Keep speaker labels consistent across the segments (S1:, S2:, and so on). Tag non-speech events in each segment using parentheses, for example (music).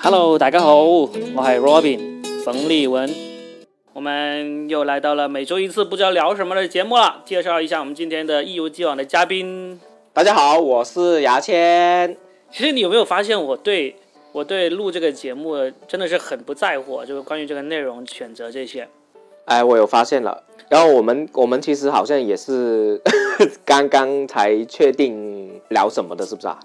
S1: Hello，大家好，我系 Robin 冯立文。我们又来到了每周一次不知道聊什么的节目了，介绍一下我们今天的一如既往的嘉宾。
S2: 大家好，我是牙签。
S1: 其实你有没有发现，我对我对录这个节目真的是很不在乎，啊就是关于这个内容选择这些。
S2: 哎，我有发现了。然后我们我们其实好像也是 (laughs) 刚刚才确定聊什么的，是不是啊？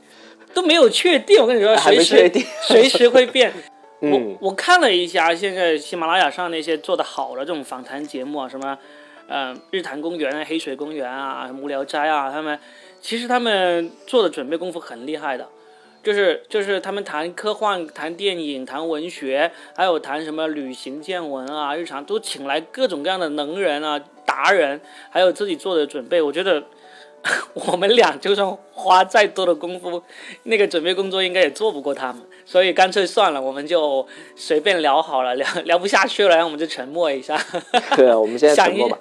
S1: 都没有确定，我跟你说，
S2: 还
S1: 随
S2: 没确
S1: 时
S2: 定。
S1: 随时会变。
S2: 嗯
S1: 我我看了一下，现在喜马拉雅上那些做的好的这种访谈节目啊，什么，呃，日坛公园啊、黑水公园啊、什么无聊斋啊，他们其实他们做的准备功夫很厉害的，就是就是他们谈科幻、谈电影、谈文学，还有谈什么旅行见闻啊，日常都请来各种各样的能人啊、达人，还有自己做的准备，我觉得。 (laughs) 我们俩就算花再多的功夫，那个准备工作应该也做不过他们，所以干脆算了，我们就随便聊好了，聊聊不下去了，然后我们就沉默一下。
S2: 对，啊我们现在
S1: 想
S2: 沉默吧。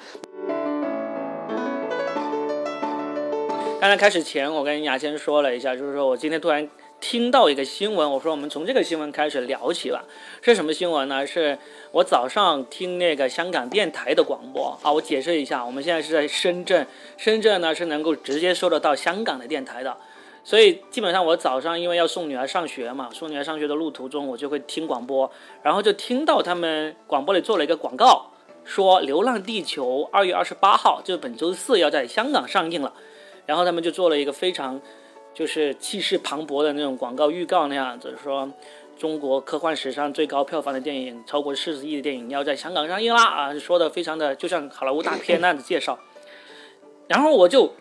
S1: 刚才开始前，我跟牙签说了一下，就是说我今天突然听到一个新闻，我说我们从这个新闻开始聊起吧。是什么新闻呢？是我早上听那个香港电台的广播啊。我解释一下，我们现在是在深圳，深圳呢是能够直接收得到香港的电台的。啊所以基本上我早上因为要送女儿上学嘛，送女儿上学的路途中，我就会听广播，然后就听到他们广播里做了一个广告，说《流浪地球》二月二十八号，就是本周四要在香港上映了。然后他们就做了一个非常就是气势磅礴的那种广告预告那样子，说中国科幻史上最高票房的电影，超过四十亿的电影要在香港上映啦啊，说的非常的就像好莱坞大片那样的介绍。然后我就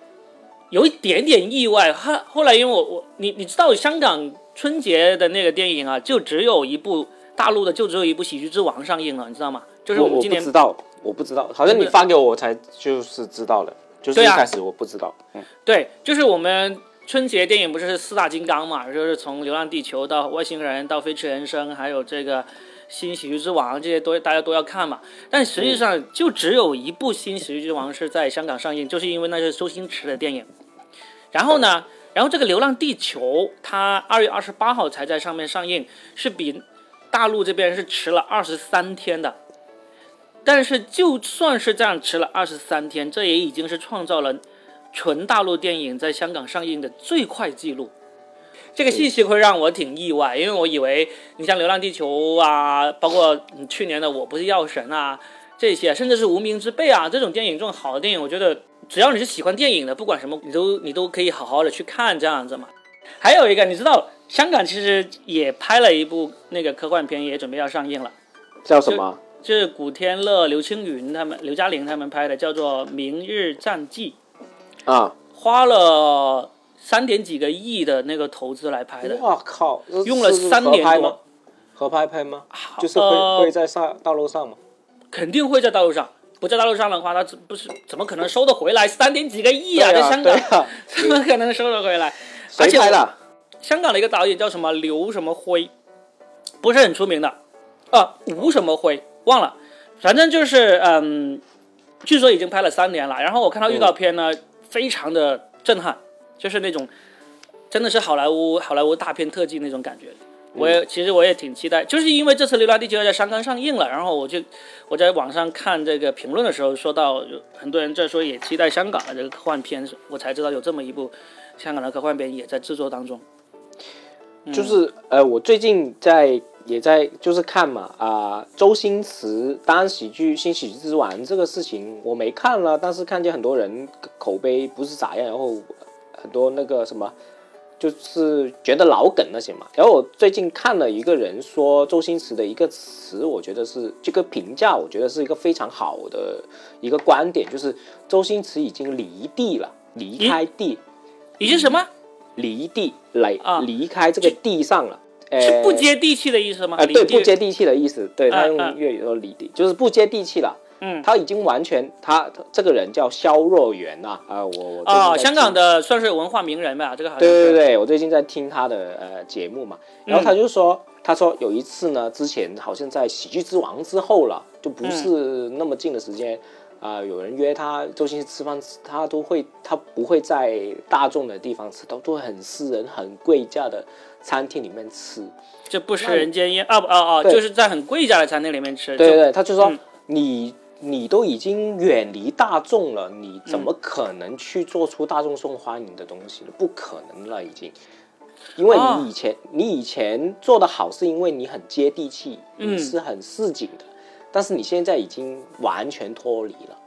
S1: 有一点点意外，后后来因为我我你你知道香港春节的那个电影啊，就只有一部大陆的就只有一部《喜剧之王》上映了，你知道吗？就是
S2: 我
S1: 们
S2: 我
S1: 今
S2: 不
S1: 年
S2: 知道，我不知道，好像你发给我，我才就是知道了。就是
S1: 对
S2: 一
S1: 啊
S2: 开始我不知道。嗯
S1: 对，就是我们春节电影不是四大金刚嘛，就是从《流浪地球》到《外星人》到《飞驰人生》，还有这个《新喜剧之王》这些都大家都要看嘛。但实际上就只有一部《新喜剧之王》是在香港上映，就是因为那是周星驰的电影。然后呢，然后这个《流浪地球》它二月二十八号才在上面上映，是比大陆这边是迟了二十三天的。但是就算是这样迟了二十三天，这也已经是创造了纯大陆电影在香港上映的最快记录。这个信息会让我挺意外，因为我以为你像《流浪地球》啊，包括嗯去年的《我不是药神》啊，这些甚至是《无名之辈》啊这种电影，这种好的电影，我觉得只要你是喜欢电影的，不管什么，你都你都可以好好的去看这样子嘛。还有一个，你知道香港其实也拍了一部那个科幻片，也准备要上映了。
S2: 叫什么？
S1: 就是古天乐、刘青云他们、刘嘉玲他们拍的，叫做《明日战记
S2: 啊！》，
S1: 花了三点几个亿的那个投资来拍的，
S2: 哇靠！这
S1: 用了
S2: 是
S1: 三
S2: 合
S1: 年
S2: 拍吗
S1: 多？，
S2: 合拍拍吗？就是
S1: 呃
S2: 会会在上道路上吗？
S1: 肯定会在大陆上。不在大陆上的话，他怎不是怎么可能收得回来三点几个亿
S2: 对
S1: 啊？在
S2: 啊，
S1: 香
S2: 对
S1: 港、
S2: 啊。
S1: (laughs) 怎么可能收得回来？而
S2: 谁
S1: 且
S2: 拍的？
S1: 香港的一个导演叫什么刘什么辉，不是很出名的，啊，吴什么辉忘了，反正就是嗯，据说已经拍了三年了。然后我看到预告片呢，非常的震撼，就是那种真的是好莱坞好莱坞大片特技那种感觉。我也其实我也挺期待，就是因为这次《流浪地球》在香港上映了，然后我就我在网上看这个评论的时候，说到有很多人在说也期待香港的这个科幻片，我才知道有这么一部香港的科幻片也在制作当中。
S2: 就是呃，我最近在也在就是看嘛啊、周星驰当喜剧新喜剧之王这个事情我没看了，但是看见很多人口碑不是咋样，然后很多那个什么。就是觉得老梗那些嘛，然后我最近看了一个人说周星驰的一个词，我觉得是这个评价，我觉得是一个非常好的一个观点，就是周星驰已经离地了，离开地，
S1: 已经什么？
S2: 离地来
S1: 啊
S2: 离开这个地上了，
S1: 是
S2: 呃
S1: 不接地气的意思吗？
S2: 啊，
S1: 离
S2: 对，
S1: 地
S2: 不接地气的意思，对
S1: 啊
S2: 他
S1: 啊
S2: 用粤语说离地，就是不接地气了。
S1: 嗯
S2: 他已经完全，他他这个人叫肖若元啊，啊，我我最近
S1: 啊、
S2: 在
S1: 香港
S2: 听，
S1: 的算是文化名人吧，这个好像
S2: 对对
S1: 是嗯
S2: 对，我最近在听他的呃节目嘛，然后他就说，他说有
S1: 嗯
S2: 一次呢，之前好像在《喜剧之王》之后了，就不是那么近的时间，啊、有人约他周星驰吃饭，他都会他不会在大众的地方吃，都都会很私人、很贵价的餐厅里面吃。
S1: 这不食人间烟啊不啊啊，
S2: 哎对
S1: 就是在很贵价的餐厅里面吃，
S2: 对对
S1: 就
S2: 对，他就说、
S1: 嗯
S2: 你你都已经远离大众了，你
S1: 嗯
S2: 怎么可能去做出大众送花你的东西呢？不可能了，已经。因为
S1: 哦
S2: 你以前、你以前做的好，是因为你很接地气，
S1: 嗯
S2: 你是很市井的，但是你现在已经完全脱离了。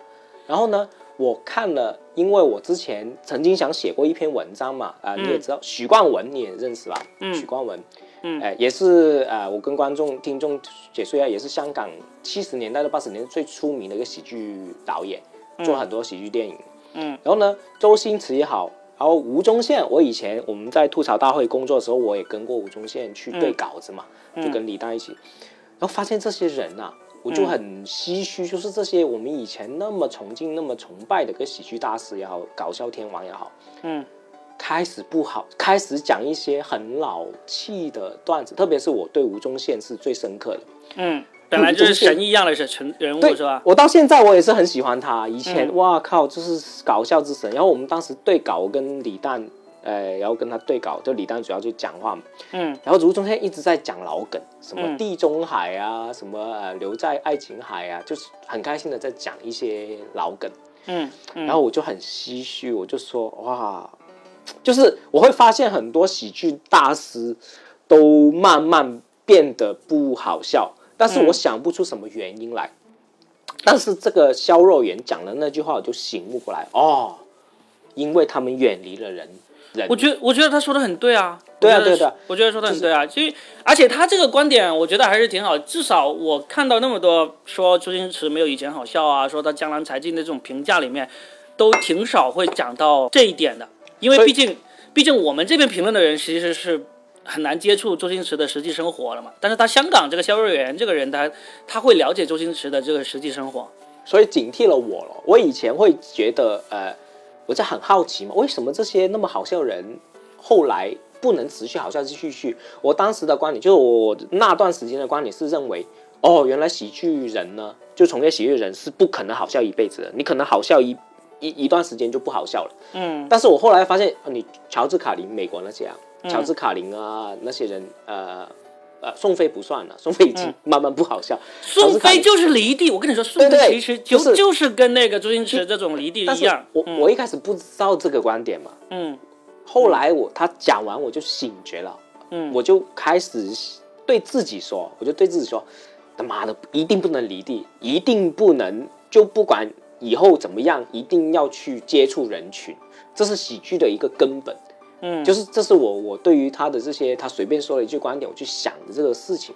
S2: 然后呢，我看了，因为我之前曾经想写过一篇文章嘛，啊、你也知道许冠文你也认识吧？
S1: 嗯
S2: 许冠文，
S1: 嗯
S2: 哎、也是啊、呃我跟观众听众解说一下，也是香港七十年代到八十年代最出名的一个喜剧导演，做了很多喜剧电影。
S1: 嗯，
S2: 然后呢，周星驰也好，然后吴宗宪，我以前我们在吐槽大会工作的时候，我也跟过吴宗宪去对稿子嘛，就跟李诞一起，然后发现这些人啊。我就很唏嘘，就是这些啊我们以前那么崇敬、那么崇拜的一个喜剧大师也好，搞笑天王也好，
S1: 嗯，
S2: 开始不好，开始讲一些很老气的段子，特别是我对吴宗宪是最深刻的。
S1: 嗯，本来就是神一样的神神人
S2: 对
S1: 物是吧？嗯
S2: 我到现在我也是很喜欢他。以前、哇靠，就是搞笑之神。然后我们当时对稿，我跟李诞，呃，然后跟他对稿，就李诞主要就讲话嘛。
S1: 嗯。
S2: 然后吴宗宪一直在讲老梗，什么
S1: 嗯
S2: 地中海啊，什么呃留在爱琴海啊，就是很开心的在讲一些老梗。
S1: 嗯嗯
S2: 然后我就很唏嘘，我就说哇，就是我会发现很多喜剧大师都慢慢变得不好笑，但
S1: 嗯
S2: 是我想不出什么原因来。但是这个肖若元讲的那句话，我就醒悟过来哦，因为他们远离了人，人
S1: 我觉得，我觉得他说的很对啊。
S2: 对啊
S1: 我觉得
S2: 对的，
S1: 我觉得说的很对啊。其实，而且他这个观点，我觉得还是挺好。至少我看到那么多说周星驰没有以前好笑啊，说他江郎才尽的这种评价里面，都挺少会讲到这一点的。因为
S2: 所以
S1: 毕竟，毕竟我们这边评论的人其实是很难接触周星驰的实际生活了嘛。但是他香港这个肖瑞元这个人，他他会了解周星驰的这个实际生活。
S2: 所以警惕了我了。我以前会觉得，呃，我在很好奇嘛，为什么这些那么好笑的人后来不能持续好笑继续续？我当时的观点就是我，我那段时间的观点是认为，哦，原来喜剧人呢，就从业喜剧人是不可能好笑一辈子的，你可能好笑一一一段时间就不好笑了。
S1: 嗯
S2: 但是我后来发现，呃你乔治卡林美国那些啊，乔治卡林啊那些人，呃。呃，宋飞不算了，宋飞已经慢慢不好笑。乔
S1: 宋
S2: 治卡
S1: 飞
S2: 林
S1: 就是离地，我跟你说，宋
S2: 对
S1: 飞
S2: 对
S1: 其实
S2: 就
S1: 就是就是跟那个周星驰这种离地
S2: 但
S1: 一
S2: 是
S1: 样。
S2: 我、我一开始不知道这个观点嘛，
S1: 嗯
S2: 后来我他讲完我就醒觉了，
S1: 嗯，
S2: 我就开始对自己说，我就对自己说，他妈的一定不能离地，一定不能就不管以后怎么样，一定要去接触人群，这是喜剧的一个根本。
S1: 嗯
S2: 就是这是我我对于他的这些他随便说了一句观点，我去想的这个事情，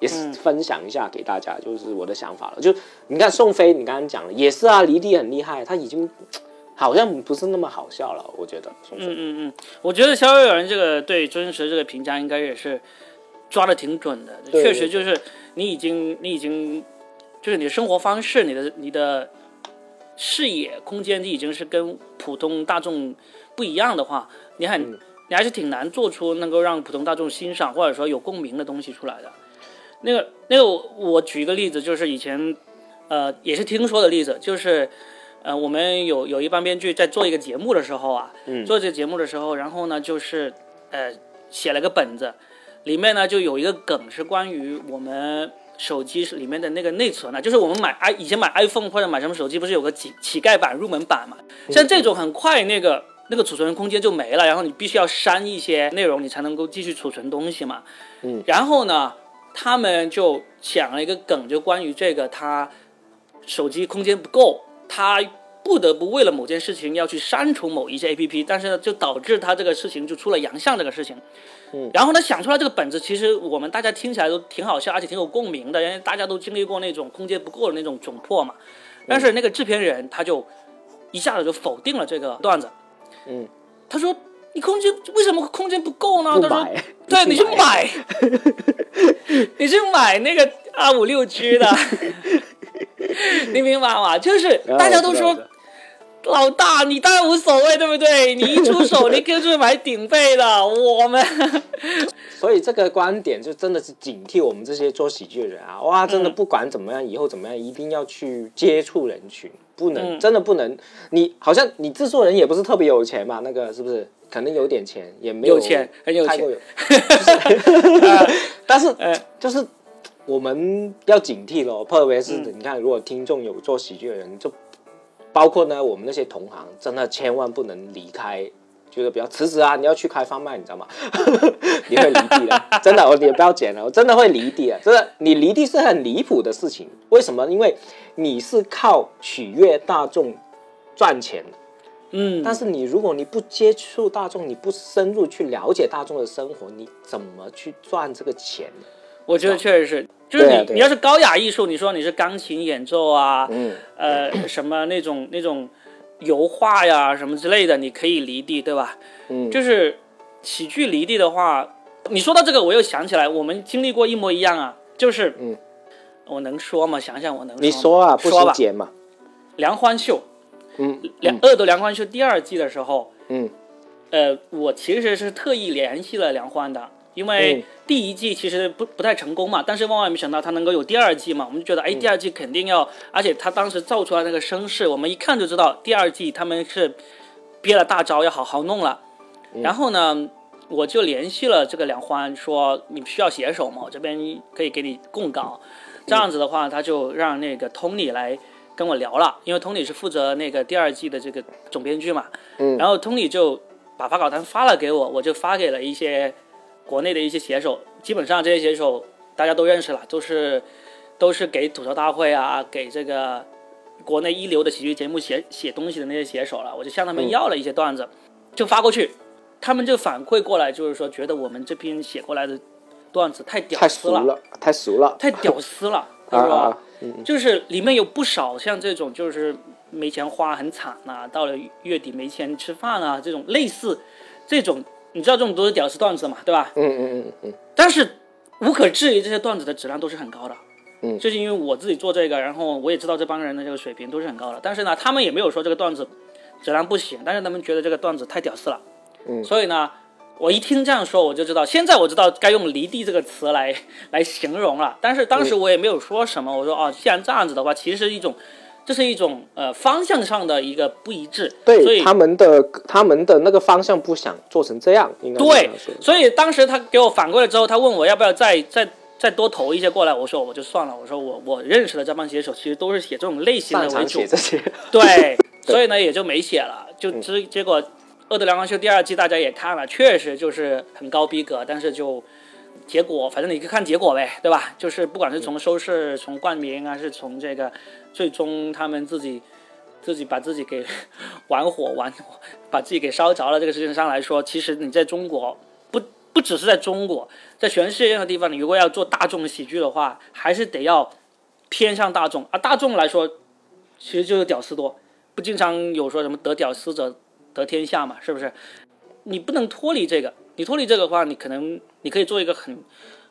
S2: 也是分享一下给大家，就是我的想法了。就你看宋飞，你刚刚讲了，也是啊，离地很厉害，他已经好像不是那么好笑了，我觉得宋飞。
S1: 嗯嗯嗯，我觉得肖友元这个对周星驰这个评价应该也是抓的挺准的，
S2: 对
S1: 确实就是你已经你已经就是你的生活方式，你的你的视野空间已经是跟普通大众不一样的话，你
S2: 嗯
S1: 很、你还是挺难做出能够让普通大众欣赏或者说有共鸣的东西出来的。那个那个我，我举一个例子，就是以前呃也是听说的例子，就是呃我们有有一帮编剧在做一个节目的时候啊，
S2: 嗯
S1: 做这个节目的时候，然后呢就是呃写了个本子，里面呢就有一个梗是关于我们。手机是里面的那个内存啊，就是我们买 i 以前买 iPhone 或者买什么手机，不是有个乞乞丐版、入门版嘛？像这种很快那个那个储存空间就没了，然后你必须要删一些内容，你才能够继续储存东西嘛。嗯，然后呢，他们就想了一个梗，就关于这个他手机空间不够，他不得不为了某件事情要去删除某一些 A P P，但是呢，就导致他这个事情就出了洋相这个事情。嗯，然后呢，想出来这个本子，其实我们大家听起来都挺好笑，而且挺有共鸣的，因为大家都经历过那种空间不够的那种窘迫嘛。
S2: 嗯
S1: 但是那个制片人他就一下子就否定了这个段子。
S2: 嗯，
S1: 他说你空间为什么空间不够呢？
S2: 不
S1: 他说
S2: 买，
S1: (laughs) 对，你去
S2: 去 (laughs)
S1: 买，你去买 (laughs) 那个二五六 G 的， (laughs) 你明白吗？就是
S2: 啊
S1: 大家
S2: 我
S1: 都
S2: 知道
S1: 说
S2: 我知道
S1: 老大，你当然无所谓，对不 (laughs) 对？你一出手，你就是买顶配的。我们
S2: 所以这个观点就真的是警惕我们
S1: 嗯
S2: 这些做喜剧的人啊！哇，真的不管怎么样，以后怎么样，一定要去接触人群，不能，
S1: 嗯
S2: 真的不能。你好像你制作人也不是特别有钱嘛，那个是不是？可能有点钱，也没
S1: 有钱很有
S2: 太
S1: 钱哎
S2: 过有，
S1: (laughs)
S2: 就是呃但是就是我们要警惕咯，特别是你看，如果听众有做喜剧的人，就包括呢我们那些同行，真的千万不能离开。就是比较辞职啊，你要去开贩卖，你知道吗？ (laughs) 你会离地的，真的，我也不要剪了，我真的会离地的，真的，你离地是很离谱的事情。为什么？因为你是靠取悦大众赚钱的，
S1: 嗯，
S2: 但是你如果你不接触大众，你不深入去了解大众的生活，你怎么去赚这个钱呢？
S1: 我觉得确实是，就是你、
S2: 对啊对啊
S1: 你要是高雅艺术，你说你是钢琴演奏啊，
S2: 嗯，
S1: 呃，什么那种那种油画呀什么之类的，你可以离地，对吧？
S2: 嗯
S1: 就是喜剧离地的话，你说到这个，我又想起来，我们经历过一模一样啊，就是，
S2: 嗯，
S1: 我能说吗？想想我能
S2: 你
S1: 说
S2: 说
S1: 吗
S2: 啊，不
S1: 说吧
S2: 时，间嘛，
S1: 梁欢秀，
S2: 嗯
S1: 梁《恶毒梁欢秀》第二季的时候，
S2: 嗯
S1: 呃，我其实是特意联系了梁欢的，因为
S2: 嗯
S1: 第一季其实不不太成功嘛，但是万万没想到他能够有第二季嘛，我们就觉得
S2: 嗯
S1: 哎，第二季肯定要，而且他当时造出来那个声势，我们一看就知道第二季他们是憋了大招要好好弄了。
S2: 嗯
S1: 然后呢，我就联系了这个梁欢，说你需要写手吗？我这边可以给你供稿。
S2: 嗯
S1: 这样子的话，他就让那个 Tony 来跟我聊了，因为 Tony 是负责那个第二季的这个总编剧嘛。
S2: 嗯
S1: 然后 Tony 就把发稿单发了给我，我就发给了一些国内的一些写手，基本上这些写手大家都认识了，都是都是给吐槽大会啊，给这个国内一流的喜剧节目写写东西的那些写手了，我就向他
S2: 嗯
S1: 们要了一些段子，就发过去，他们就反馈过来，就是说觉得我们这篇写过来的段子太屌
S2: 太
S1: 丝
S2: 熟了，太熟了，
S1: 太屌丝了，他
S2: (laughs) 啊
S1: 说，
S2: 啊，
S1: 就是里面有不少像这种就是没钱花很惨呐、到了月底没钱吃饭啊这种类似这种，你知道这种都是屌丝段子嘛，对吧？
S2: 嗯嗯嗯嗯
S1: 但是无可置疑，这些段子的质量都是很高的。
S2: 嗯
S1: 就是因为我自己做这个，然后我也知道这帮人的这个水平都是很高的，但是呢，他们也没有说这个段子质量不行，但是他们觉得这个段子太屌丝了。
S2: 嗯
S1: 所以呢，我一听这样说，我就知道，现在我知道该用“离地”这个词来来形容了。但是当时我也没有说什么，我说哦，既然这样子的话，其实是一种，这是一种呃方向上的一个不一致。所以
S2: 对他们的他们的那个方向不想做成这样，应该是这
S1: 对
S2: 样说，的
S1: 所以当时他给我反过来之后，他问我要不要再再再多投一些过来，我说我就算了，我说我我认识的这帮写手其实都是写这种类型的
S2: 擅
S1: 为主
S2: 长写，这些，
S1: 对，所以呢也就没写了，就只结果《恶的梁欢秀》第二季大家也看了，确实就是很高逼格，但是就结果反正你就看结果呗，对吧？就是不管是从收视、从冠名啊，还是从这个最终他们自己自己把自己给玩火 (laughs) 玩把自己给烧着了这个事情上来说，其实你在中国。不不只是在中国，在全世界任何地方，你如果要做大众喜剧的话，还是得要偏向大众。而啊大众来说，其实就是屌丝多，不经常有说什么得屌丝者得天下嘛，是不是？你不能脱离这个，你脱离这个的话，你可能你可以做一个很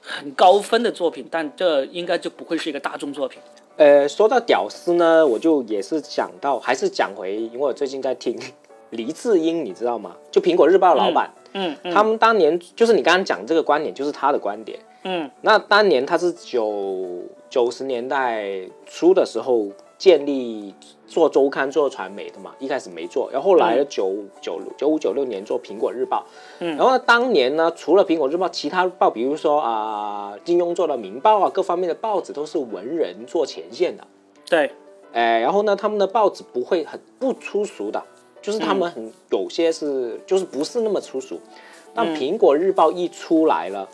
S1: 很高分的作品，但这应该就不会是一个大众作品。
S2: 呃，说到屌丝呢，我就也是想到，还是讲回，因为我最近在听 (laughs) 黎智英，你知道吗？就苹果日报老板，
S1: 嗯嗯
S2: 他们当年就是你刚刚讲这个观点，就是他的观点。
S1: 嗯
S2: 那当年他是九九十年代初的时候建立做周刊、做传媒的嘛，一开始没做，然后后来九九九五九六年做苹果日报，
S1: 嗯
S2: 然后呢，当年呢，除了苹果日报，其他报比如说啊、金庸做的《明报》啊，各方面的报纸都是文人做前线的。
S1: 对，
S2: 哎，然后呢，他们的报纸不会很不粗俗的，就是他们很、有些是就是不是那么粗俗。但苹果日报一出来了，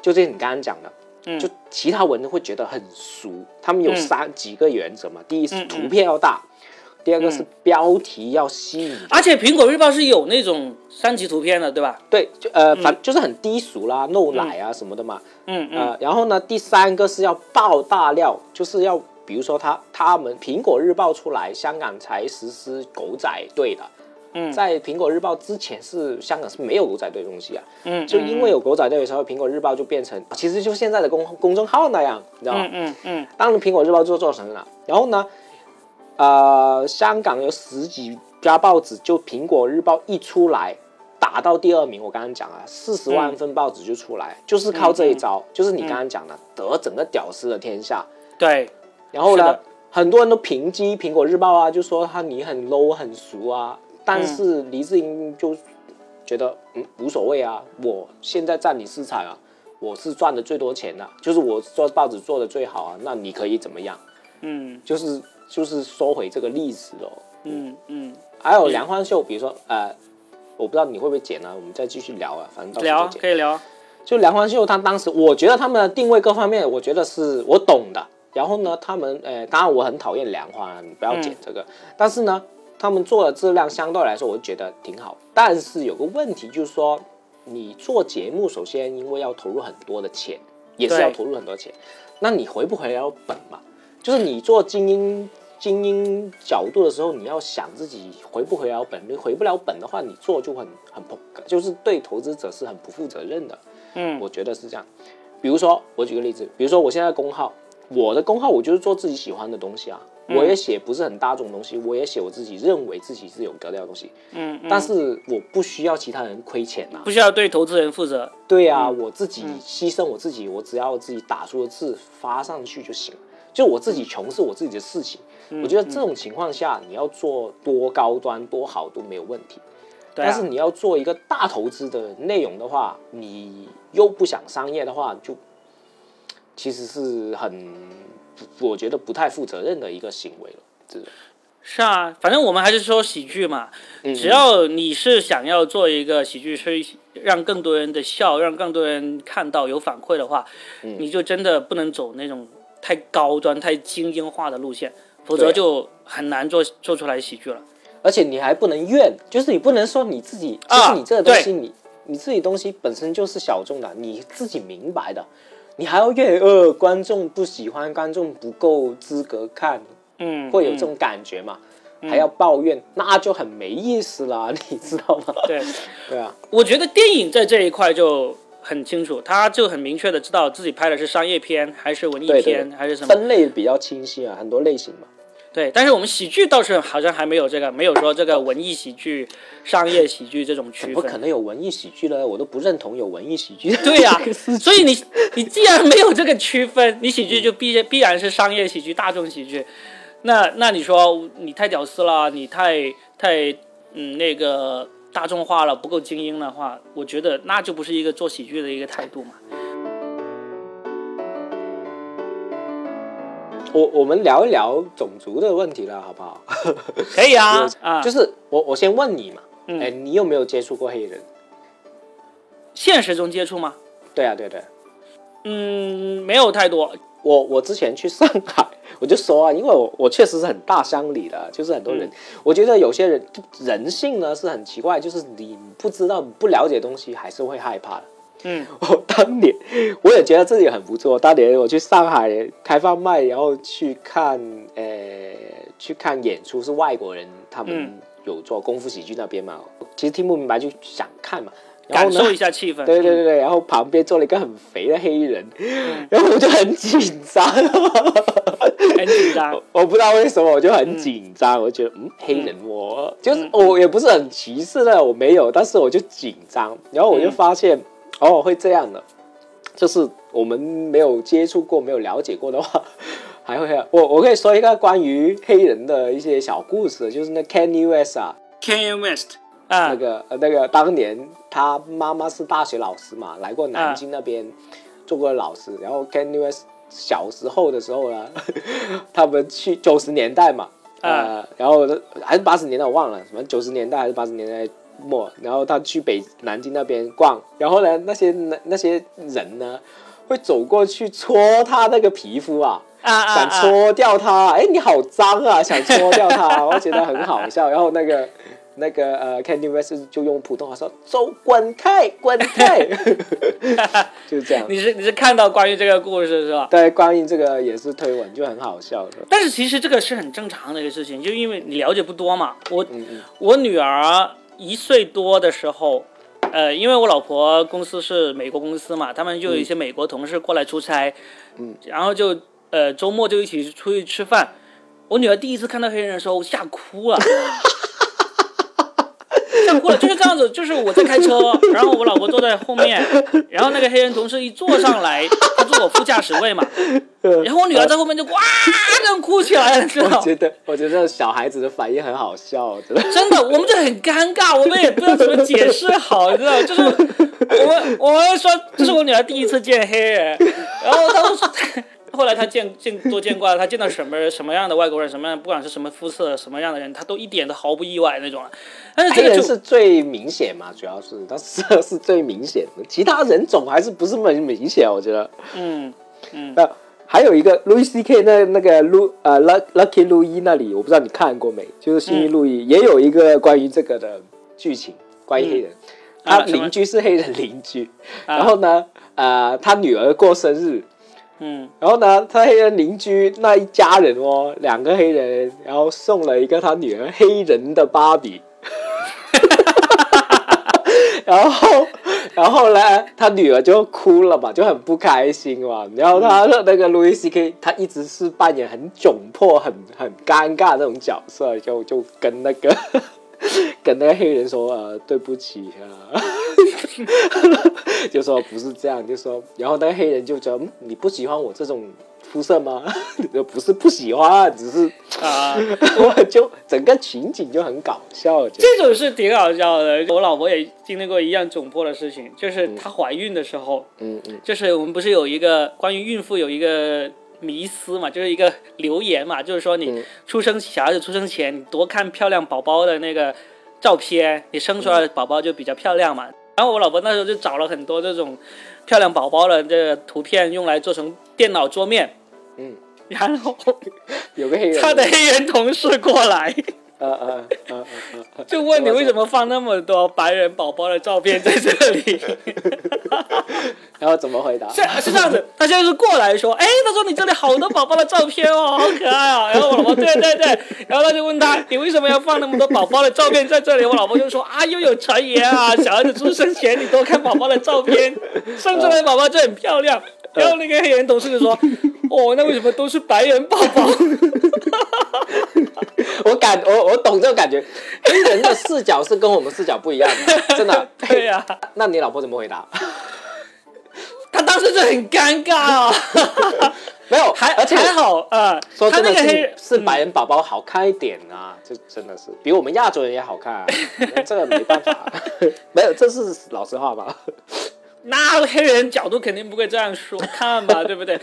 S2: 就这你刚刚讲的，
S1: 嗯
S2: 就其他文会觉得很俗。他们有
S1: 嗯
S2: 三、几个原则嘛，第一是
S1: 嗯
S2: 图片要大，第二个是标题要吸引，
S1: 而且苹果日报是有那种三级图片的，对吧？
S2: 对，就呃反就是很低俗啦，露奶啊什么的嘛。
S1: 嗯嗯
S2: 呃，然后呢，第三个是要爆大料，就是要比如说他他们苹果日报出来，香港才实施狗仔队的。
S1: 嗯
S2: 在苹果日报之前是香港是没有狗仔队的东西啊，
S1: 嗯，
S2: 就因为有狗仔队的时候，苹果日报就变成其实就现在的公公众号那样，你知道吗
S1: 嗯？嗯嗯
S2: 当然苹果日报就做成了，然后呢，呃，香港有十几家报纸，就苹果日报一出来。打到第二名，我刚刚讲啊，四
S1: 嗯
S2: 十万份报纸就出来，就是靠这一招，就是你刚刚讲的，得整个屌丝的天下。
S1: 嗯，对，
S2: 然后
S1: 是
S2: 呢
S1: 的，
S2: 很多人都抨击《苹果日报》啊，就说他你很 low 很俗啊，但是黎智英就觉得嗯无所谓啊，我现在占领市场啊，我是赚的最多钱的、就是我做报纸做的最好啊，那你可以怎么样？
S1: 嗯
S2: 就是就是说回这个例子喽。
S1: 嗯嗯，
S2: 还有梁欢秀，比如说呃，我不知道你会不会剪啊，我们再继续聊啊，反正到时
S1: 聊
S2: 候
S1: 啊
S2: 再剪。
S1: 可以聊啊，
S2: 就梁欢秀，他当时我觉得他们的定位各方面，我觉得是我懂的。然后呢，他们呃，当然我很讨厌梁欢，你不要剪这个。但是呢，他们做的质量相对来说，我觉得挺好。但是有个问题就是说，你做节目，首先因为要投入很多的钱，也是
S1: 对
S2: 要投入很多钱，那你回不回到本嘛？就是你做精英精英角度的时候，你要想自己回不回了本。你回不了本的话，你做就很很不，就是对投资者是很不负责任的。
S1: 嗯
S2: 我觉得是这样。比如说，我举个例子，比如说我现在的公号，我的公号我就是做自己喜欢的东西啊，
S1: 嗯
S2: 我也写不是很大众的东西，我也写我自己认为自己是有格调的东西，
S1: 嗯嗯，
S2: 但是我不需要其他人亏钱呐、
S1: 不需要对投资人负责。
S2: 对啊，我自己
S1: 嗯
S2: 牺牲我自己，我只要自己打出的字发上去就行了。就我自己穷是我自己的事情，
S1: 嗯
S2: 我觉得这种情况下，你要做多高端多好都没有问题。
S1: 对
S2: 但
S1: 啊
S2: 是，你要做一个大投资的内容的话，你又不想商业的话，就其实是很，我觉得不太负责任的一个行为了。这种
S1: 是啊，反正我们还是说喜剧嘛。
S2: 嗯
S1: 只要你是想要做一个喜剧，是让更多人的笑，让更多人看到有反馈的话，
S2: 嗯
S1: 你就真的不能走那种太高端、太精英化的路线，否
S2: 对
S1: 则
S2: 啊
S1: 就很难做做出来喜剧了。
S2: 而且你还不能怨，就是你不能说你自己，就
S1: 啊
S2: 是你这个东西
S1: 对
S2: 你，你自己东西本身就是小众的，你自己明白的，你还要怨呃观众不喜欢，观众不够资格看，
S1: 嗯，
S2: 会有
S1: 嗯
S2: 这种感觉嘛？还要抱怨，那就很没意思啦，你知道吗？
S1: 对。
S2: (laughs) 对啊，
S1: 我觉得电影在这一块就很清楚，他就很明确的知道自己拍的是商业片还是文艺
S2: 对
S1: 片
S2: 对对
S1: 还是什么。
S2: 分类比较清晰啊，很多类型嘛。
S1: 对，但是我们喜剧倒是好像还没有这个，没有说这个文艺喜剧、商业喜剧这种区
S2: 怎么可
S1: 分。
S2: 能有文艺喜剧呢？我都不认同有文艺喜剧。
S1: (laughs) 对呀、
S2: 这个事情
S1: 所以你你既然没有这个区分，你喜剧就必必然是商业喜剧、大众喜剧。那那你说你太屌丝了，你太太嗯那个大众化了，不够精英的话，我觉得那就不是一个做喜剧的一个态度嘛。
S2: (laughs) 我我们聊一聊种族的问题了，好不好？
S1: 可以啊啊，
S2: 就是我我先问你嘛，
S1: 嗯
S2: 哎，你有没有接触过黑人？
S1: 现实中接触吗？
S2: 对啊，对对，
S1: 嗯，没有太多。
S2: 我我之前去上海，我就说啊，因为我我确实是很大乡里的，就是很多
S1: 嗯
S2: 人，我觉得有些人人性呢是很奇怪，就是你不知道不了解东西，还是会害怕的。
S1: 嗯，
S2: 我哦当年我也觉得自己很不错。当年我去上海开放麦，然后去看呃去看演出，是外国人他们
S1: 嗯
S2: 有做功夫喜剧那边嘛，其实听不明白就想看嘛。然后
S1: 感
S2: 呢
S1: 受？一下气氛。
S2: 对对对对，然后旁边坐了一个很肥的黑人，
S1: 嗯
S2: 然后我就很紧张，
S1: 对，很紧张。
S2: 我不知道为什么我就很紧张，我就觉得嗯，黑人我就是我也不是很歧视的，我没有，但是我就紧张，然后我就发现、哦会这样的，就是我们没有接触过、没有了解过的话，还会我我可以说一个关于黑人的一些小故事，就是那 Kanye West 啊，
S1: Kanye West 啊，
S2: 那个呃那个当年他妈妈是大学老师嘛，来过南京那边、做过老师，然后 Kanye West 小时候的时候呢， (laughs) 他们去九十年代嘛，呃，然后还是八十年代我忘了，什么九十年代还是八十年代末，然后他去北南京那边逛，然后呢那些那那些人呢会走过去搓他那个皮肤啊。
S1: 啊啊
S2: (laughs) 想
S1: 啊！
S2: 搓掉它，哎、你好脏啊，想搓掉它，我觉得很好笑。然后那个那个呃，Candy West 就用普通话说“走，滚开，滚开”，就是这样。
S1: 你是你是看到关于这个故事是吧？
S2: 对，关于这个也是推文，就很好笑的。
S1: 但是其实这个是很正常的一个事情，就因为你了解不多嘛。我、我女儿一岁多的时候，呃，因为我老婆公司是美国公司嘛，他们就有一些美国同事过来出差，嗯，然后就呃周末就一起出去吃饭。我女儿第一次看到黑人的时候吓哭了，吓太酷了，就是这样子，就是我在开车，然后我老婆坐在后面，然后那个黑人同事一坐上来，他坐我副驾驶位嘛，然后我女儿在后面就哇这样哭起来了，知
S2: 我
S1: 道？
S2: 觉得，我觉得小孩子的反应很好笑，真的。
S1: 真的，我们就很尴尬，我们也不知道怎么解释好，你知道？就是我们我们说这是我女儿第一次见黑人，然后她说。后来她见见多见惯了，她见到什么什么样的外国人，什么样不管是什么肤色、什么样的人，她都一点都毫不意外那种啊。但是这个
S2: 黑人
S1: 就是
S2: 最明显嘛，主要是，但是这是最明显的，其他人种还是不是很明显，我觉得。
S1: 嗯嗯，
S2: 那、还有一个 Louis C K 那那个 Lu 呃 Lu- Lucky Louis 那里，我不知道你看过没，就是
S1: 嗯
S2: 幸运路易、也有一个关于这个的剧情，关于黑人，
S1: 啊
S2: 他
S1: 什么
S2: 邻居是黑人邻居，
S1: 啊
S2: 然后呢，呃，他女儿过生日，
S1: 嗯
S2: 然后呢，他黑人邻居那一家人哦，两个黑人，然后送了一个他女儿黑人的芭比， (laughs) 然后，然后呢，他女儿就哭了嘛，就很不开心嘛。然后他的那个 Louis C K，他一直是扮演很窘迫、很很尴尬那种角色，就就跟那个 (laughs) 跟那个黑人说呃对不起啊。呃就说不是这样，就说，然后那个黑人就说，嗯，你不喜欢我这种肤色吗？ (laughs) 你说不是不喜欢，只是 (laughs)
S1: 啊。
S2: 我就整个情景就很搞笑，我觉得
S1: 这种是挺搞笑的。我老婆也经历过一样窘迫的事情，就是她怀孕的时候，
S2: 嗯嗯
S1: 就是我们不是有一个关于孕妇有一个迷思嘛，就是一个留言嘛，就是说你
S2: 嗯
S1: 出生小孩子出生前，你多看漂亮宝宝的那个照片，你生出来的宝宝就比较漂亮嘛。然后我老婆那时候就找了很多这种漂亮宝宝的这个图片，用来做成电脑桌面。
S2: 嗯，
S1: 然后
S2: 有个黑人，
S1: 她的黑人同事过来。
S2: 呃呃呃呃呃，
S1: (laughs) 就问你为什么放那么多白人宝宝的照片在这里？
S2: 然后怎么回答？
S1: 是是这样子，他现在是过来说，哎，他说你这里好多宝宝的照片哦，好可爱哦。然后我老婆对对对，然后他就问他，你为什么要放那么多宝宝的照片在这里？我老婆就说啊，又有传言啊，小孩子出生前你多看宝宝的照 (laughs) 片，生出来的宝宝就很漂亮。然后那个黑人同事就说，哦，那为什么都是白人宝宝？。
S2: 我感我我懂这种感觉，黑人的视角是跟我们视角不一样的，真的
S1: (laughs) 对呀、
S2: 那你老婆怎么回答？ (laughs)
S1: 他当时就很尴尬啊，
S2: 没有，
S1: 还
S2: 而且
S1: 还好啊，
S2: 说
S1: 他
S2: 真
S1: 那个
S2: 的
S1: 黑
S2: 是
S1: 人嗯
S2: 是白人宝宝好看一点啊，这真的是比我们亚洲人也
S1: (laughs)
S2: 好看啊，这个没办法， (laughs) 没有，这是老实话吧？
S1: 那黑人角度肯定不会这样说，看 (laughs) 吧，对不对？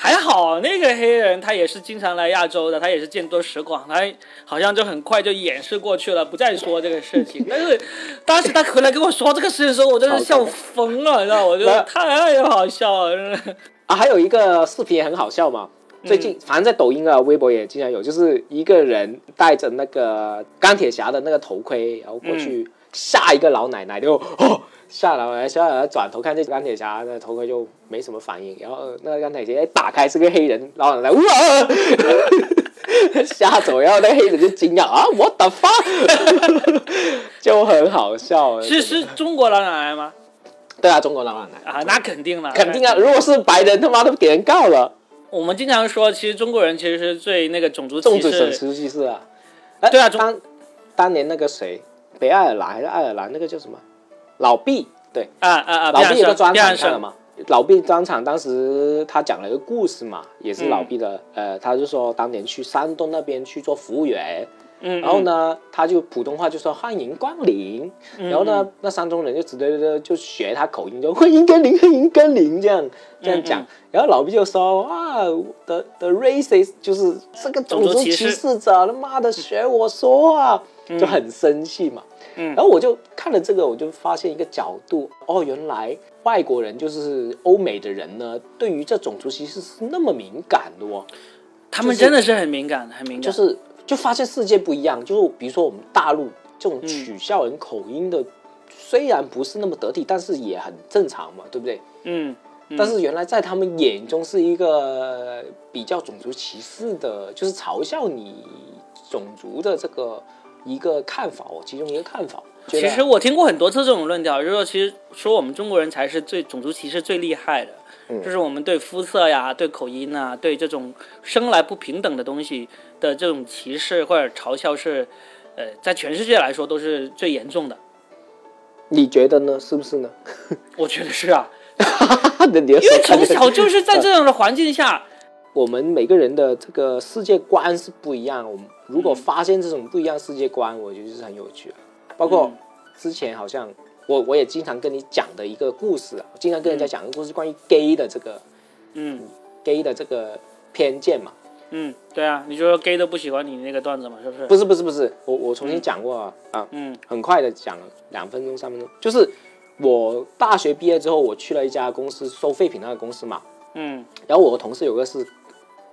S1: 还好那个黑人他也是经常来亚洲的，他也是见多识广，他好像就很快就掩饰过去了，不再说这个事情。但是当时他回来跟我说这个事情的时候，我真是笑疯了，你知道吗？我觉得太好笑了，嗯真的。
S2: 啊，还有一个视频也很好笑嘛。
S1: 嗯
S2: 最近反正在抖音啊、微博也经常有，就是一个人戴着那个钢铁侠的那个头盔，然后
S1: 嗯
S2: 过去吓一个老奶奶，就哦吓老奶奶，吓老奶奶转头看这钢铁侠那头盔就没什么反应，然后呃那个钢铁侠一打开是个黑人，老奶奶哇 (laughs) 吓走，然后那个黑人就惊讶啊我的 a fuck，就 (laughs) 很好笑。
S1: 是是中国老 (laughs) 奶奶吗？
S2: 对啊，中国老奶奶
S1: 啊，那嗯肯定了，
S2: 肯定啊，如果是白人他妈都给人告了。
S1: 我们经常说，其实中国人其实是最那个种族
S2: 种
S1: 歧
S2: 族省
S1: 视。
S2: 出去是啊，哎
S1: 对啊中
S2: 当当年那个谁，北爱尔兰还是爱尔兰那个叫什么，老毕，对，
S1: 啊啊啊！
S2: 老毕有个专
S1: 别让
S2: 场
S1: 生
S2: 看了吗？老毕专场当时他讲了一个故事嘛，也是老毕的，呃，他就说当年去山东那边去做服务员，
S1: 嗯，嗯
S2: 然后呢，他就普通话就说欢迎光临，然后呢，那山东人就直接就就学他口音，就欢迎光临，欢迎光临这
S1: 嗯
S2: 样这样讲。然后老毕就说啊，the the racist 就是这个种
S1: 种族
S2: 族
S1: 歧
S2: 歧
S1: 视
S2: 视者，他妈的学我说话，就很生气嘛。
S1: 嗯
S2: 然后我就看了这个，我就发现一个角度，哦，原来外国人就是欧美的人呢，对于这种族歧视是那么敏感的哦。
S1: 他们真的是很敏感，很敏感。
S2: 就是就发现世界不一样，就是比如说我们大陆这
S1: 嗯
S2: 种取笑人口音的，虽然不是那么得体，但是也很正常嘛，对不对？
S1: 嗯，嗯
S2: 但是原来在他们眼中是一个比较种族歧视的，就是嘲笑你种族的这个一个看法哦，其中一个看法。觉
S1: 其
S2: 得
S1: 实我听过很多次这种论调，就是说，其实说我们中国人才是最种族歧视最厉害的，
S2: 嗯
S1: 就是我们对肤色呀、对口音啊、对这种生来不平等的东西的这种歧视或者嘲笑是，呃，在全世界来说都是最严重的。
S2: 你觉得呢？是不是呢？
S1: 我觉得是啊，
S2: 那你
S1: (laughs)
S2: 要
S1: 因为
S2: 说
S1: 从小就是在这样的环境下，
S2: 我们每个人的这个世界观是不一样。我们如果发现这种不一样世界观，我觉得是很有趣的。包括
S1: 嗯
S2: 之前好像我我也经常跟你讲的一个故事啊，我经常跟人家讲的故事，关于 gay 的这个
S1: 嗯
S2: gay 的这个偏见嘛。
S1: 嗯，对啊，你就说 gay 都不喜欢你那个段子嘛，是不是？
S2: 不是不是不是，我我重新讲过啊，啊
S1: 嗯
S2: 很快的讲了两分钟三分钟，就是我大学毕业之后，我去了一家公司收废品那个公司嘛，
S1: 嗯
S2: 然后我同事有个是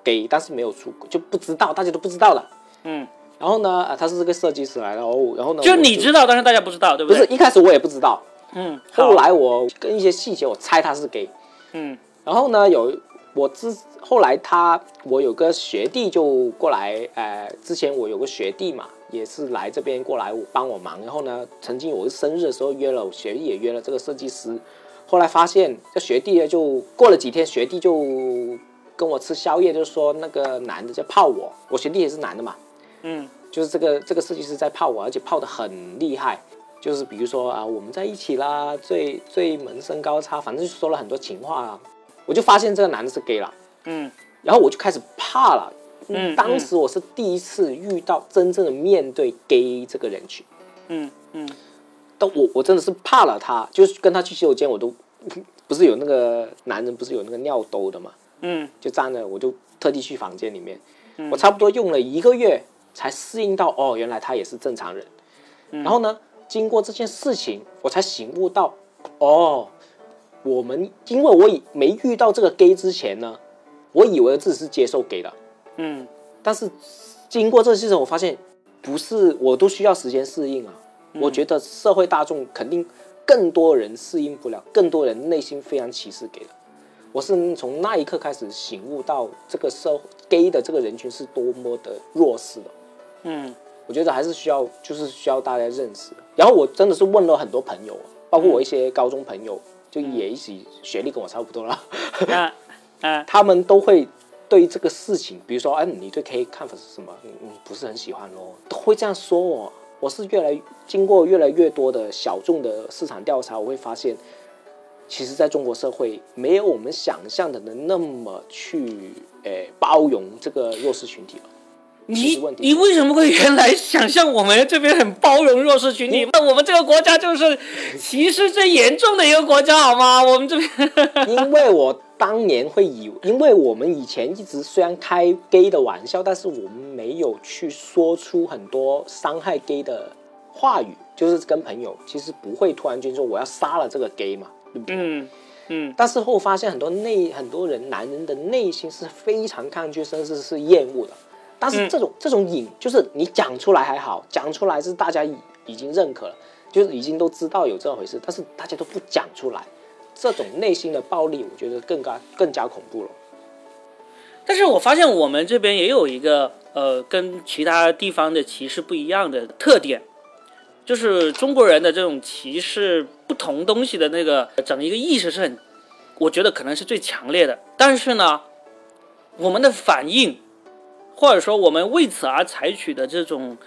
S2: gay，但是没有出轨，就不知道，大家都不知道的。
S1: 嗯，
S2: 然后呢，啊，他是这个设计师来的，然后然后呢，
S1: 就
S2: 我
S1: 你知道，但是大家不知道，对
S2: 不
S1: 对？
S2: 是一开始我也不知道，
S1: 嗯，好
S2: 后，来我跟一些细节我猜他是 gay，
S1: 嗯
S2: 然后呢有我之后来他我有个学弟就过来，呃，之前我有个学弟嘛，也是来这边过来我帮我忙，然后呢，曾经我生日的时候约了我学弟也约了这个设计师，后来发现这学弟呢就过了几天，学弟就跟我吃宵夜，就说那个男的在泡我，我学弟也是男的嘛，
S1: 嗯
S2: 就是这个这个设计师在泡我，而且泡的很厉害。就是比如说啊，我们在一起啦，最最萌身高差，反正就说了很多情话啊。我就发现这个男的是 gay 了，
S1: 嗯
S2: 然后我就开始怕了。
S1: 嗯嗯
S2: 当时我是第一次遇到真正的面对 gay 这个人群，
S1: 嗯嗯
S2: 但我我真的是怕了他，就是跟他去洗手间，我都 (laughs) 不是有那个男人不是有那个尿兜的嘛，
S1: 嗯
S2: 就站着，我就特地去房间里面，我差不多用了一个月才适应到，哦，原来他也是正常人。
S1: 嗯
S2: 然后呢，经过这件事情，我才醒悟到，哦，我们因为我以没遇到这个 gay 之前呢，我以为自己是接受 gay 的，
S1: 嗯
S2: 但是经过这事情，我发现不是，我都需要时间适应啊。我觉得社会大众肯定更多人适应不了，更多人内心非常歧视 gay 的。我是从那一刻开始醒悟到这个社会 gay 的这个人群是多么的弱势的。
S1: 嗯
S2: 我觉得还是需要，就是需要大家认识。然后我真的是问了很多朋友，包括我一些高中朋友，就也一起学历跟我差不多啦。
S1: 嗯，啊啊，
S2: (laughs) 他们都会对这个事情，比如说，哎、你对 K 看法是什么？你你不是很喜欢咯，都会这样说我。我是越来经过越来越多的小众的市场调查，我会发现，其实在中国社会没有我们想象的能那么去诶、包容这个弱势群体了。其
S1: 你
S2: 实问题
S1: 你为什么会原来想象我们这边很包容弱势群体？那我们这个国家就是歧视最严重的一个国家，好吗？我们这边
S2: (laughs) 因为我当年会以，因为我们以前一直虽然开 gay 的玩笑，但是我们没有去说出很多伤害 gay 的话语，就是跟朋友其实不会突然间说我要杀了这个 gay 嘛。
S1: 嗯嗯
S2: 但是后发现很多内很多人男人的内心是非常抗拒，甚至是厌恶的。但是这种、这种瘾，就是你讲出来还好，讲出来是大家已已经认可了，就是已经都知道有这回事，但是大家都不讲出来，这种内心的暴力，我觉得更加更加恐怖了。
S1: 但是我发现我们这边也有一个呃，跟其他地方的歧视不一样的特点，就是中国人的这种歧视不同东西的那个整一个意识是很，我觉得可能是最强烈的。但是呢，我们的反应，或者说我们为此而采取的这种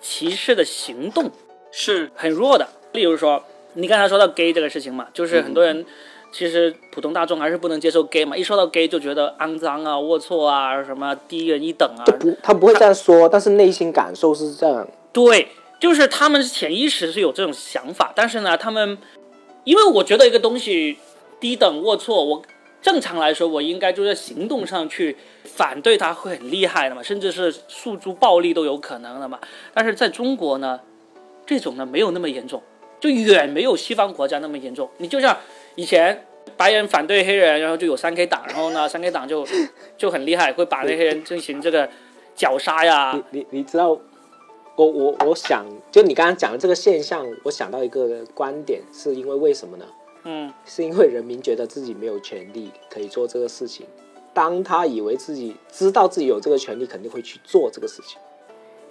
S1: 歧视的行动是很弱的。例如说，你刚才说到 gay 这个事情嘛，就是很多
S2: 嗯
S1: 人其实普通大众还是不能接受 gay 嘛，一说到 gay 就觉得肮脏啊、龌龊啊、什么低人一等啊。
S2: 不，他不会这样说，但是内心感受是这样。
S1: 对，就是他们潜意识是有这种想法，但是呢，他们因为我觉得一个东西低等龌龊，我正常来说我应该就在行动上去反对它会很厉害的嘛，甚至是诉诸暴力都有可能的嘛。但是在中国呢，这种呢没有那么严重，就远没有西方国家那么严重。你就像以前。白人反对黑人，然后就有三 K 党，然后呢，三 K 党就就很厉害，会把那些人进行这个绞杀呀，
S2: 你你你知道，我我我想，就你刚刚讲的这个现象，我想到一个观点，是因为为什么呢？
S1: 嗯
S2: 是因为人民觉得自己没有权利可以做这个事情。当他以为自己知道自己有这个权利，肯定会去做这个事情。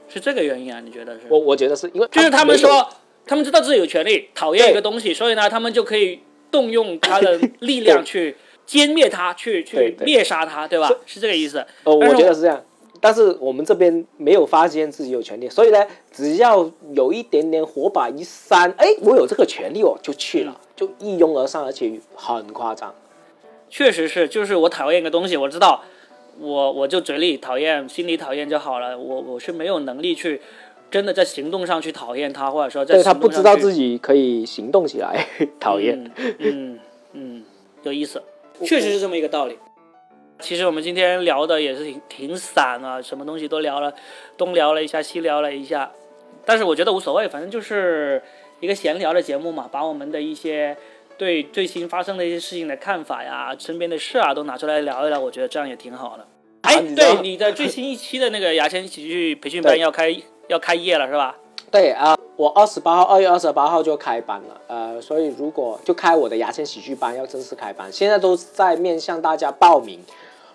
S1: 是这个原因啊？你觉得是？
S2: 我我觉得是因为
S1: 就是他们
S2: 没有
S1: 说，他们知道自己有权利讨厌一个东西，所以呢，他们就可以动用他的力量去歼灭它，去
S2: 对
S1: 去
S2: 对
S1: 灭杀它，对吧？是这个意思。
S2: 哦，
S1: 但
S2: 我
S1: 是
S2: 觉得是这样。但是我们这边没有发现自己有权利，所以呢，只要有一点点火把一扇，哎，我有这个权利，我就去了，
S1: 嗯
S2: 就一拥而上，而且很夸张。
S1: 确实是，就是我讨厌一个东西，我知道，我我就嘴里讨厌，心里讨厌就好了。我我是没有能力去真的在行动上去讨厌他，或者说在
S2: 对他
S1: 行动
S2: 不
S1: 上
S2: 知道
S1: 去
S2: 自己可以行动起来， (laughs) 讨厌。
S1: 嗯嗯嗯，有意思，嗯确实是这么一个道理。其实我们今天聊的也是挺挺散啊，什么东西都聊了，东聊了一下，西聊了一下，但是我觉得无所谓，反正就是一个闲聊的节目嘛，把我们的一些对最新发生的一些事情的看法呀，身边的事啊，都拿出来聊一聊，我觉得这样也挺好的。哎，
S2: 啊你知道
S1: 对，你的最新一期的那个牙签喜剧培训班
S2: 对
S1: 要开要开业了是吧？
S2: 对啊、我二十八号，二月二十八号就开班了，呃，所以如果就开我的牙签喜剧班要正式开班，现在都在面向大家报名。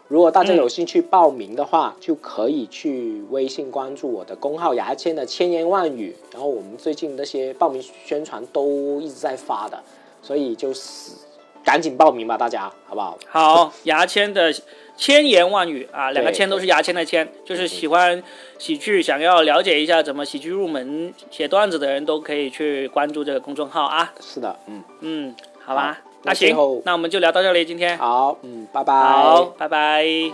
S2: 如果大家有兴趣报名的话，就可以去微信关注我的公号“牙签”的千言万语，然后我们最近那些报名宣传都一直在发的，所以就是赶紧报名吧，大家好不好？
S1: 好，牙签的千言万语啊，两个
S2: 对
S1: 签都是牙签的签，就是喜欢喜剧、想要了解一下怎么喜剧入门、写段子的人都可以去关注这个公众号啊。
S2: 是的，嗯，
S1: 嗯，好吧，
S2: 好
S1: 那
S2: 那最
S1: 行
S2: 后，
S1: 那我们就聊到这里，今天
S2: 好，嗯，拜拜。
S1: 好，拜拜。